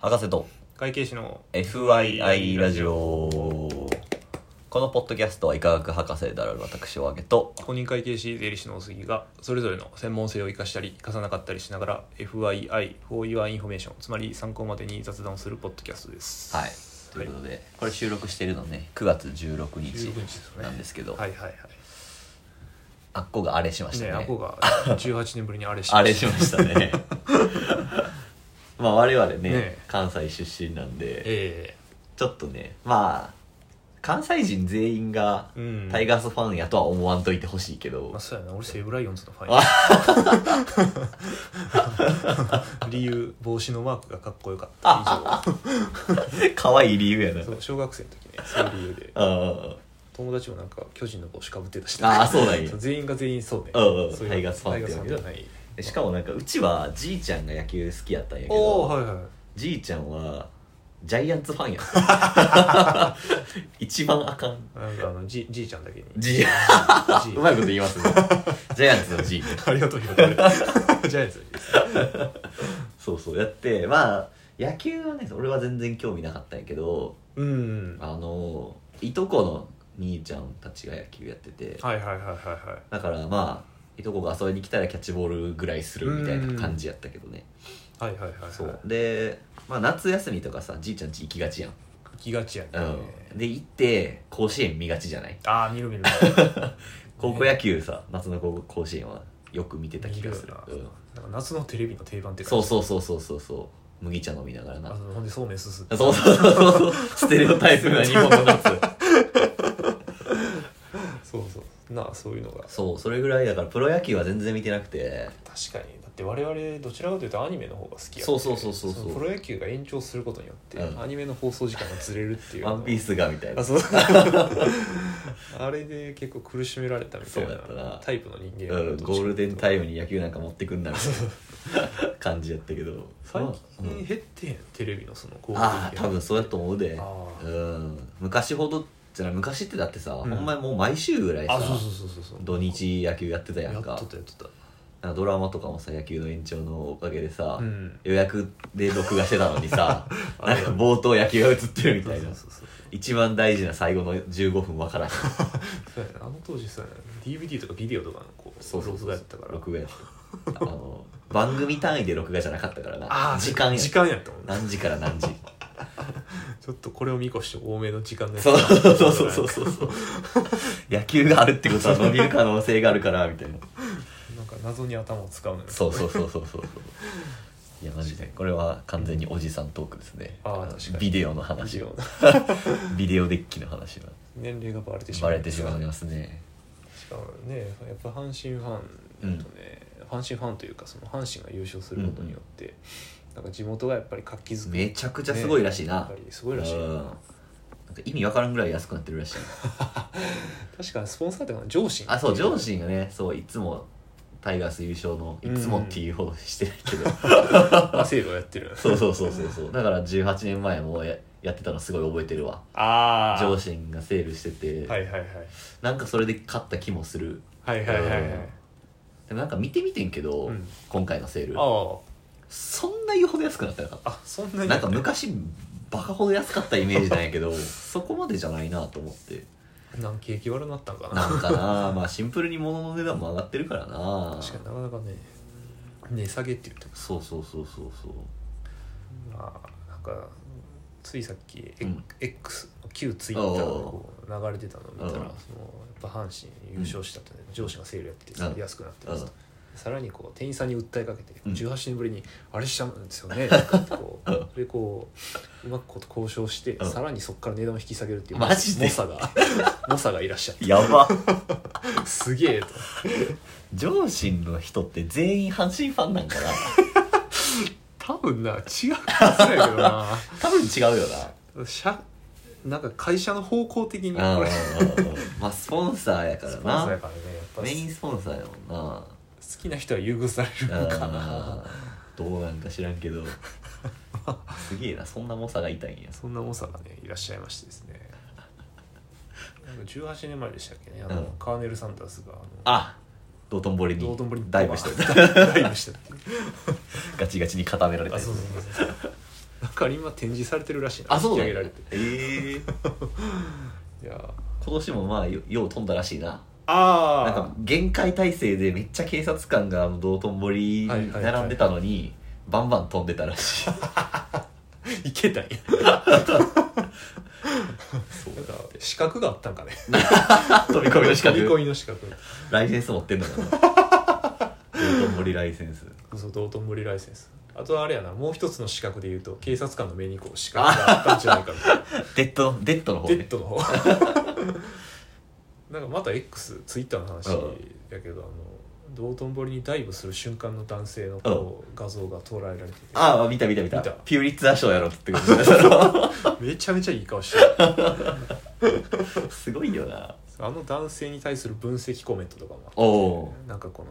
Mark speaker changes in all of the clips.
Speaker 1: 博士と
Speaker 2: 会計士の
Speaker 1: FII ラジオこのポッドキャストは医科学博士である私を挙げと
Speaker 2: 公認会計士税理士の大杉がそれぞれの専門性を生かしたり生かさなかったりしながら FII for your information つまり参考までに雑談をするポッドキャストです
Speaker 1: はいということで、これ収録しているのね9月16
Speaker 2: 15日で
Speaker 1: 日
Speaker 2: すね
Speaker 1: なんですけど
Speaker 2: はいはいは
Speaker 1: あっこがあれしま
Speaker 2: い
Speaker 1: した
Speaker 2: ね
Speaker 1: ね
Speaker 2: ア コが18年ぶりにあれし
Speaker 1: あれ
Speaker 2: し
Speaker 1: しました ねまあ我々ね
Speaker 2: ね
Speaker 1: 関西出身なんで
Speaker 2: え
Speaker 1: ちょっとねまあ関西人全員が
Speaker 2: えうん
Speaker 1: タイガースファンやとは思わんといてほしいけど、
Speaker 2: まあそうやな俺西武ライオンズのファン 理由帽子のマークがかっこよかった以
Speaker 1: 可愛い理由やな
Speaker 2: 上そう小学生の時ねそういう理由で
Speaker 1: あ
Speaker 2: 友達もなんか巨人の帽子かぶってたし、
Speaker 1: あーそうなんや
Speaker 2: そう 全員が全員そうね
Speaker 1: うんうん
Speaker 2: そういう
Speaker 1: タイガースファンって
Speaker 2: タイガースファンではない
Speaker 1: あしかもなんかうちはじいちゃんが野球好きやったんやけ
Speaker 2: おお
Speaker 1: ど、
Speaker 2: はいはい
Speaker 1: じいちゃんはジャイアンツファンや 一番あかん
Speaker 2: なんかあのじじいちゃんだけに
Speaker 1: じ
Speaker 2: じいう
Speaker 1: まいこと言いますね ジャイアンツのじい
Speaker 2: ありがとうひろこれジャイアンツです
Speaker 1: そうそうやってまあ野球はね俺は全然興味なかったんやけど
Speaker 2: うん
Speaker 1: あのいとこの兄ちゃんたちが野球やってて
Speaker 2: はいはいはいはいは
Speaker 1: だからまあいとこが遊びに来たらキャッチボールぐらいするみたいな感じやったけどね
Speaker 2: いはいはいはいはい
Speaker 1: そうで、まあ、夏休みとかさじいちゃん家行きがちやん
Speaker 2: 行きがちやね、
Speaker 1: うん、で行って甲子園見がちじゃない
Speaker 2: ああ見る見る
Speaker 1: 高校野球さ夏の高校甲子園はよく見てた気がする、
Speaker 2: 見る
Speaker 1: うん
Speaker 2: なんか夏のテレビの定番って
Speaker 1: そう
Speaker 2: う
Speaker 1: そうそうそうそうそう麦茶飲みながらな
Speaker 2: ほんでそうめんすすって
Speaker 1: そうそうそう そうステレオタイプな日本の夏
Speaker 2: そうそうなあそういうのが
Speaker 1: そうそれぐらいだからプロ野球は全然見てなくて
Speaker 2: 確かにだって我々どちらかというとアニメの方が好きやって
Speaker 1: そうそうそうそうそう
Speaker 2: のプロ野球が延長することによって、
Speaker 1: うん
Speaker 2: アニメの放送時間がずれるって
Speaker 1: 「
Speaker 2: いう
Speaker 1: ワンピースがみたいな
Speaker 2: あそう あれで結構苦しめられたみたい
Speaker 1: そ
Speaker 2: な
Speaker 1: うやったな
Speaker 2: タイプの人間
Speaker 1: うん、ゴールデンタ
Speaker 2: イ
Speaker 1: イムに野球なんか持ってくんなみたいな 感じやったけど
Speaker 2: 最
Speaker 1: まあう
Speaker 2: 近
Speaker 1: ん
Speaker 2: 減ってへんテレビのそのゴ
Speaker 1: ああ多分そうやと思うで
Speaker 2: あー
Speaker 1: うん昔ほどじゃない昔ってだってさ、
Speaker 2: ん
Speaker 1: ほんまにもう毎週ぐらいさ
Speaker 2: あそうそうそうそうそう
Speaker 1: 土日野球やってたや
Speaker 2: や
Speaker 1: ん
Speaker 2: っと
Speaker 1: か
Speaker 2: ったやっとっ
Speaker 1: なんかドラマとかもさ野球の延長のおかげでさ、
Speaker 2: たうん
Speaker 1: 予約で録画してたのにさ
Speaker 2: あ
Speaker 1: なんか冒頭野球が映ってるみ
Speaker 2: そう
Speaker 1: た
Speaker 2: そう
Speaker 1: いな
Speaker 2: そうそう
Speaker 1: 一番大事な最後の15分わからん
Speaker 2: そうやなあの当時さ DVD とかビデオとかのこう録画やったから
Speaker 1: 録画やったあの番組単位で録画じゃなかったから
Speaker 2: あ
Speaker 1: な
Speaker 2: あ
Speaker 1: 時間や
Speaker 2: 時間やったもんな
Speaker 1: 何時から何時
Speaker 2: ちょっとこれを見越して多めの時間で
Speaker 1: そうそうそうそうそうそう野球があるってことは伸びる可能性があるからみたいな
Speaker 2: なんか謎に頭を使うのよ
Speaker 1: そうそうそうそうそうそういやマジでこれは完全におじさんトークですね、
Speaker 2: あー確かに
Speaker 1: ビデオの話
Speaker 2: 話 を
Speaker 1: ビデオデッキの話は
Speaker 2: 年齢がバレてしま
Speaker 1: バ
Speaker 2: う
Speaker 1: レてしまいますね
Speaker 2: しかもねやっぱ阪神ファンだとね、阪神ファンというかその阪神が優勝することによって、なんか地元がやっぱり活気づく
Speaker 1: めちゃくちゃすごいらしい
Speaker 2: や
Speaker 1: な,、
Speaker 2: っぱりすごいらしいな
Speaker 1: うんなんか意味わからんぐらい安くなってるらしい
Speaker 2: 確かスポンサーってかな上司
Speaker 1: あそう 上司がねそういつもタイガース優勝のいつもっていうほどしてないけど、
Speaker 2: 制度やってる
Speaker 1: そうそうそうそう そうだから18年前もややってたのすごい覚えてるわ
Speaker 2: ああ
Speaker 1: 上司がセールしてて、
Speaker 2: はいはいはい
Speaker 1: なんかそれで勝った気もする
Speaker 2: はいはいはいはい
Speaker 1: でもなんか見てみてんけど、
Speaker 2: うん
Speaker 1: 今回のセール
Speaker 2: あ
Speaker 1: そんな言うほど安くなってなかっ
Speaker 2: ああそんな
Speaker 1: た
Speaker 2: に
Speaker 1: なんか昔バカほど安かったイメージなんやけ どそこまでじゃないなと思って
Speaker 2: なん景気悪なったんかな
Speaker 1: なんかなまあシンプルに物の値段も上がってるからな
Speaker 2: 確かになかなかね値下げっていうと
Speaker 1: そうそうそうそうそう
Speaker 2: まあなんかついさっき、エ
Speaker 1: うん
Speaker 2: X 旧ツイッターでこう流れてたのを見たらその
Speaker 1: うん
Speaker 2: やっぱ阪神優勝したって、ね上司がセールやってて
Speaker 1: うん
Speaker 2: 安くなってますと
Speaker 1: うん
Speaker 2: さらにこう店員さんに訴えかけて
Speaker 1: うん
Speaker 2: 18年ぶりに「あれしたんですよ ね」とかってこう
Speaker 1: うん
Speaker 2: でこううまくこと交渉して
Speaker 1: うん
Speaker 2: さらにそこから値段を引き下げるっていう
Speaker 1: マジで
Speaker 2: 猛 者が猛者がいらっしゃっ
Speaker 1: やば
Speaker 2: てすげえと
Speaker 1: 上司の人って全員阪神ファンなんか な
Speaker 2: 多分な違うかもしれないけどな
Speaker 1: 多分違うよな
Speaker 2: 社なんか会社の方向的にこ
Speaker 1: あ
Speaker 2: れ
Speaker 1: まあスポンサーやから
Speaker 2: スポンサーや
Speaker 1: な
Speaker 2: からねやっぱ
Speaker 1: メインスポンサーやもんな
Speaker 2: 好きな人は優遇されるのかな
Speaker 1: うんどうなんか知らんけどすげえなそんな猛者がいたんや
Speaker 2: そんな猛者がねいらっしゃいましてですねなんか18年前でしたっけねあ
Speaker 1: う
Speaker 2: の
Speaker 1: ん
Speaker 2: カーネル・サンダースがあ
Speaker 1: あ道頓堀
Speaker 2: の道
Speaker 1: に
Speaker 2: 頓堀に
Speaker 1: ダイブして
Speaker 2: たダイブしてたっていう
Speaker 1: ガチガチに固められ
Speaker 2: あ
Speaker 1: た
Speaker 2: そうそうそうそうなんか今展示されてるらしいな
Speaker 1: あそう
Speaker 2: 引
Speaker 1: なん
Speaker 2: き上げら
Speaker 1: だ
Speaker 2: れて
Speaker 1: ええ
Speaker 2: いや
Speaker 1: 今年もまあよよう飛んだらしいな
Speaker 2: あ
Speaker 1: なん
Speaker 2: ー
Speaker 1: か厳戒態勢でめっちゃ警察官が道頓堀に
Speaker 2: はいはいはい
Speaker 1: 並んでたのにバンバン飛んでたらしい
Speaker 2: いけたんやなんか資格があったんかね
Speaker 1: 飛び込みの資格
Speaker 2: 飛び込みの資格
Speaker 1: ライセンス持ってんのか な道頓堀ライセンス
Speaker 2: そう道頓堀ライセンスあとはあれやなもう一つの資格で言うと警察官の目にこう資格があったんじゃないかみたいな
Speaker 1: デッドのデッドの方
Speaker 2: デッ
Speaker 1: ね
Speaker 2: ドの方 なんかまた X ツイッターの話やけど、あの道頓堀にダイブする瞬間の男性のこう画像が捉えられてて
Speaker 1: ああ見た見た見た
Speaker 2: 見た
Speaker 1: ピューリッツァー賞やろってこと だ
Speaker 2: めちゃめちゃいい顔してる
Speaker 1: すごいよな
Speaker 2: あの男性に対する分析コメントとかもあって
Speaker 1: おお
Speaker 2: なんかこの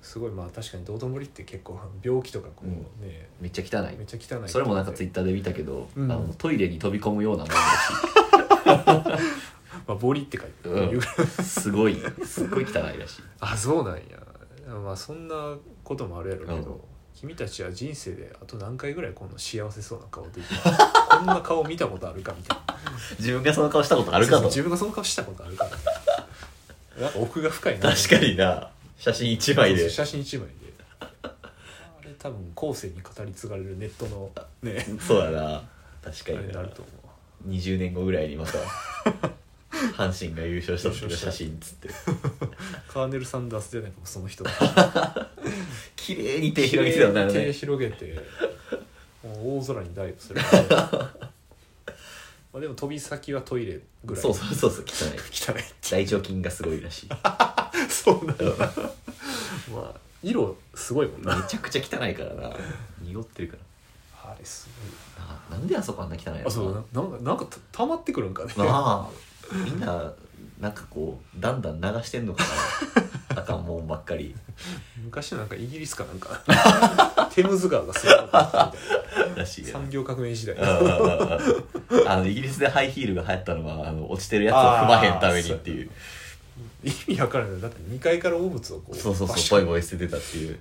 Speaker 2: すごいまあ確かに道頓堀って結構病気とかこ
Speaker 1: うん
Speaker 2: うね、
Speaker 1: めっちゃ汚い
Speaker 2: めっちゃ汚い
Speaker 1: それもなんかツイッターで見たけど、
Speaker 2: うん
Speaker 1: あのトイレに飛び込むようなもんだ
Speaker 2: まあ、ボリって書いて
Speaker 1: し、
Speaker 2: る、言う
Speaker 1: うん、す ごいすごい汚いらしい
Speaker 2: あそうなんやまあそんなこともあるやろうけど、
Speaker 1: うん
Speaker 2: 君たちは人生であと何回ぐらいこの幸せそうな顔できるこんな顔見たことあるかみたいな
Speaker 1: 自分がその顔したことあるか
Speaker 2: そうそう
Speaker 1: と
Speaker 2: 自分がその顔したことあるかみたいななんか奥が深いな
Speaker 1: 確かにな写真一枚
Speaker 2: そう
Speaker 1: で
Speaker 2: そう写真一枚であれ多分後世に語り継がれるネットのね
Speaker 1: そうだな確
Speaker 2: あ
Speaker 1: か
Speaker 2: れ
Speaker 1: に
Speaker 2: にな
Speaker 1: な
Speaker 2: ると思う
Speaker 1: 20年後ぐらいに また阪神が優勝した時の写真っつって
Speaker 2: カーネル・サンダースじゃないかもその人が
Speaker 1: 綺麗に手広げてたんだよ
Speaker 2: 手
Speaker 1: ね
Speaker 2: 広げてもう大空にダイブ するまあでも飛び先はトイレぐらい
Speaker 1: そうそうそうそう汚い
Speaker 2: 汚い
Speaker 1: 大腸菌がすごいらしい
Speaker 2: そうなんだなまあ色すごいもん
Speaker 1: め
Speaker 2: な
Speaker 1: ちゃくちゃ汚いからな濁ってるか
Speaker 2: あれす
Speaker 1: らななんであそこあんな汚いの
Speaker 2: ごいあそうななんかなんかた溜まってくるんかね
Speaker 1: なあみんななんかこうだんだん流してんのかなあかんもんばっかり
Speaker 2: 昔なんかイギリスかなんか テムズ川がすごいことになってみ
Speaker 1: らしい
Speaker 2: たいな
Speaker 1: よ
Speaker 2: 産業革命時代
Speaker 1: うんうんうんうんあのイギリスでハイヒールが流行ったのはあの落ちてるやつを踏まへんためにっていう
Speaker 2: 意味わからないだって2階から汚物をこう
Speaker 1: そうそう
Speaker 2: バシ
Speaker 1: そ
Speaker 2: ャ
Speaker 1: う
Speaker 2: ン
Speaker 1: ボイボイ捨ててたっていう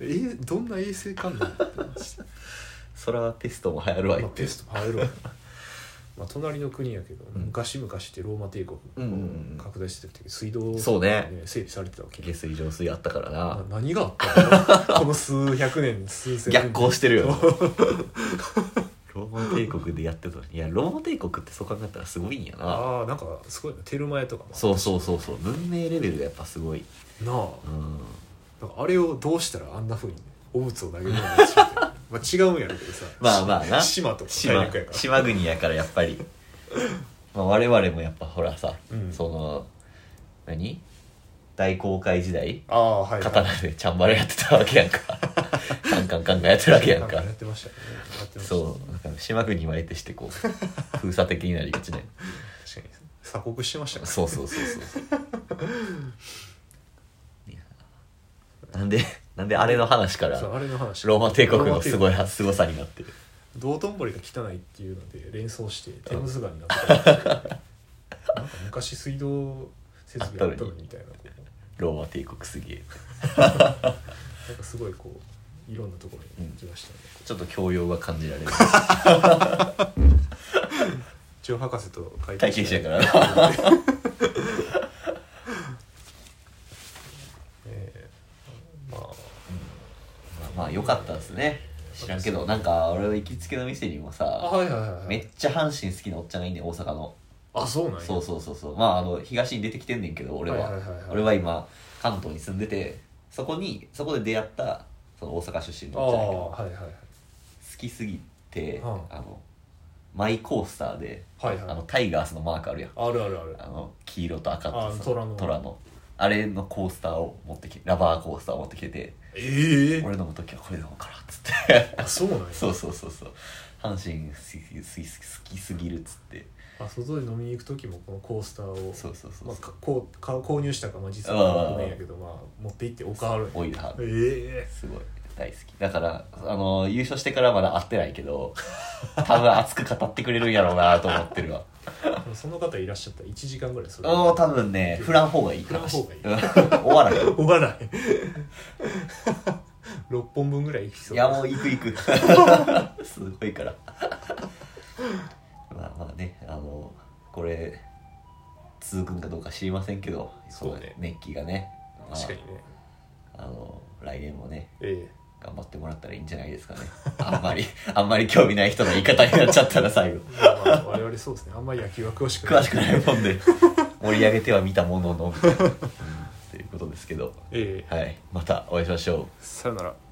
Speaker 2: えどんな衛生観念って
Speaker 1: そらペストも流行るわ言
Speaker 2: ま
Speaker 1: っ
Speaker 2: あ、
Speaker 1: て
Speaker 2: ペスト入るわ まあ隣の国やけど、
Speaker 1: うん
Speaker 2: 昔々ってローマ帝国
Speaker 1: うんうんうん
Speaker 2: 拡大してる時水道が
Speaker 1: そうね
Speaker 2: 整備されてたわけ
Speaker 1: 下水浄水あったから
Speaker 2: まあ
Speaker 1: な
Speaker 2: 何があったの この数百年数千年
Speaker 1: 逆行してる よローマ帝国でやってたのにいやローマ帝国ってそう考えたらすごいんやな
Speaker 2: ああなんかすごいなテルマエとかも
Speaker 1: そうそうそうそう文明レベルがやっぱすごい
Speaker 2: なあ
Speaker 1: うん
Speaker 2: なんかあれをどうしたらあんなふうに汚物を投げるようになってしまったまあ違うん やろうけどさ
Speaker 1: まあまあな
Speaker 2: 島とか大
Speaker 1: 島
Speaker 2: 陸やから
Speaker 1: 島国やからやっぱ りまあ我々もやっぱほらさ、
Speaker 2: うん
Speaker 1: その何大航海時代
Speaker 2: ああはい、はい、
Speaker 1: 刀でチャンバラやってたわけ やんかカンカンカンカンやってるわけやん
Speaker 2: なん
Speaker 1: か
Speaker 2: やってましたよねやってました
Speaker 1: そうなんか島国は得てしてこう封鎖的になりがちね
Speaker 2: 確かに鎖国してましたね
Speaker 1: そうそうそうそうそういやなんで なんであれの話から
Speaker 2: そうあれの話
Speaker 1: ローマ帝国
Speaker 2: ロー
Speaker 1: の
Speaker 2: マ帝
Speaker 1: すごいすごさになってる
Speaker 2: 道頓堀が汚いっていうので連想してテムズ川になってたなんか昔水道設備あったのにみたいなこう
Speaker 1: ローマ帝国すげえ
Speaker 2: なんかすごいこういろんなところに行きましたね、
Speaker 1: ちょっと教養が感じ られる
Speaker 2: 一応博士と会
Speaker 1: 体験して
Speaker 2: か
Speaker 1: から な
Speaker 2: ええまあ
Speaker 1: まあ良かったですね知らんけどなんか俺行きつけの店にも
Speaker 2: あ
Speaker 1: さ
Speaker 2: はいはいはい
Speaker 1: めっちゃ阪神好きなおっちゃんがいんねん大阪の
Speaker 2: あそうなんや
Speaker 1: そうそうそうそうまああの東に出てきてんねんけど俺は,、
Speaker 2: はいはいはいはい
Speaker 1: 俺は今関東に住んでてそこにそこで出会ったその大阪出身
Speaker 2: あ
Speaker 1: のおっちゃんやけど
Speaker 2: あはいはいはい
Speaker 1: 好きすぎて、
Speaker 2: うん
Speaker 1: あのマイコースターで、
Speaker 2: はいはい
Speaker 1: あのタイガースのマークあるやん
Speaker 2: あるあるある
Speaker 1: あの黄色と赤
Speaker 2: あ
Speaker 1: とさ
Speaker 2: 虎の
Speaker 1: あれのコースターを持ってきてラバーコースターを持ってきてて
Speaker 2: ええ
Speaker 1: 俺飲む時はこれ飲むからっつって
Speaker 2: あそうなんや
Speaker 1: そうそうそうそう阪神好き好き好きすぎるっつって
Speaker 2: あ外で飲みに行く時もこのコースターを
Speaker 1: そうそうそう
Speaker 2: まあ
Speaker 1: そう
Speaker 2: かこうか購入したかまあ実はごめんやけどまあ持って行っておかわるんや
Speaker 1: オイルハーブ
Speaker 2: ええ
Speaker 1: すごい大好きだからあの優勝してからまだ会ってないけ ど多分熱く語ってくれるんやろうなと思ってるわ
Speaker 2: でもその方いらっしゃったら1時間ぐらいする
Speaker 1: おお 多分ね振らん方がいい
Speaker 2: 振らん方がいい
Speaker 1: い終わらへん
Speaker 2: 終わらへん6本分ぐらいいき
Speaker 1: い
Speaker 2: そう
Speaker 1: やもう行く行く すごいからまあまあねあのこれ続くんかどうか知りませんけど
Speaker 2: そうね
Speaker 1: この熱気がね、まあ
Speaker 2: 確かにね
Speaker 1: あの来年もね
Speaker 2: え
Speaker 1: 頑張ってもらったらいいんじゃないですかねあんまり あんまり興味ない人の言い方になっちゃったら 最後
Speaker 2: えまあまあ我々そうですねあんまり野球は詳しくない
Speaker 1: 詳しくないもんで盛り上げては見たもののみたいなうんということですけど
Speaker 2: ええ
Speaker 1: はいまたお会いしましょう
Speaker 2: さよなら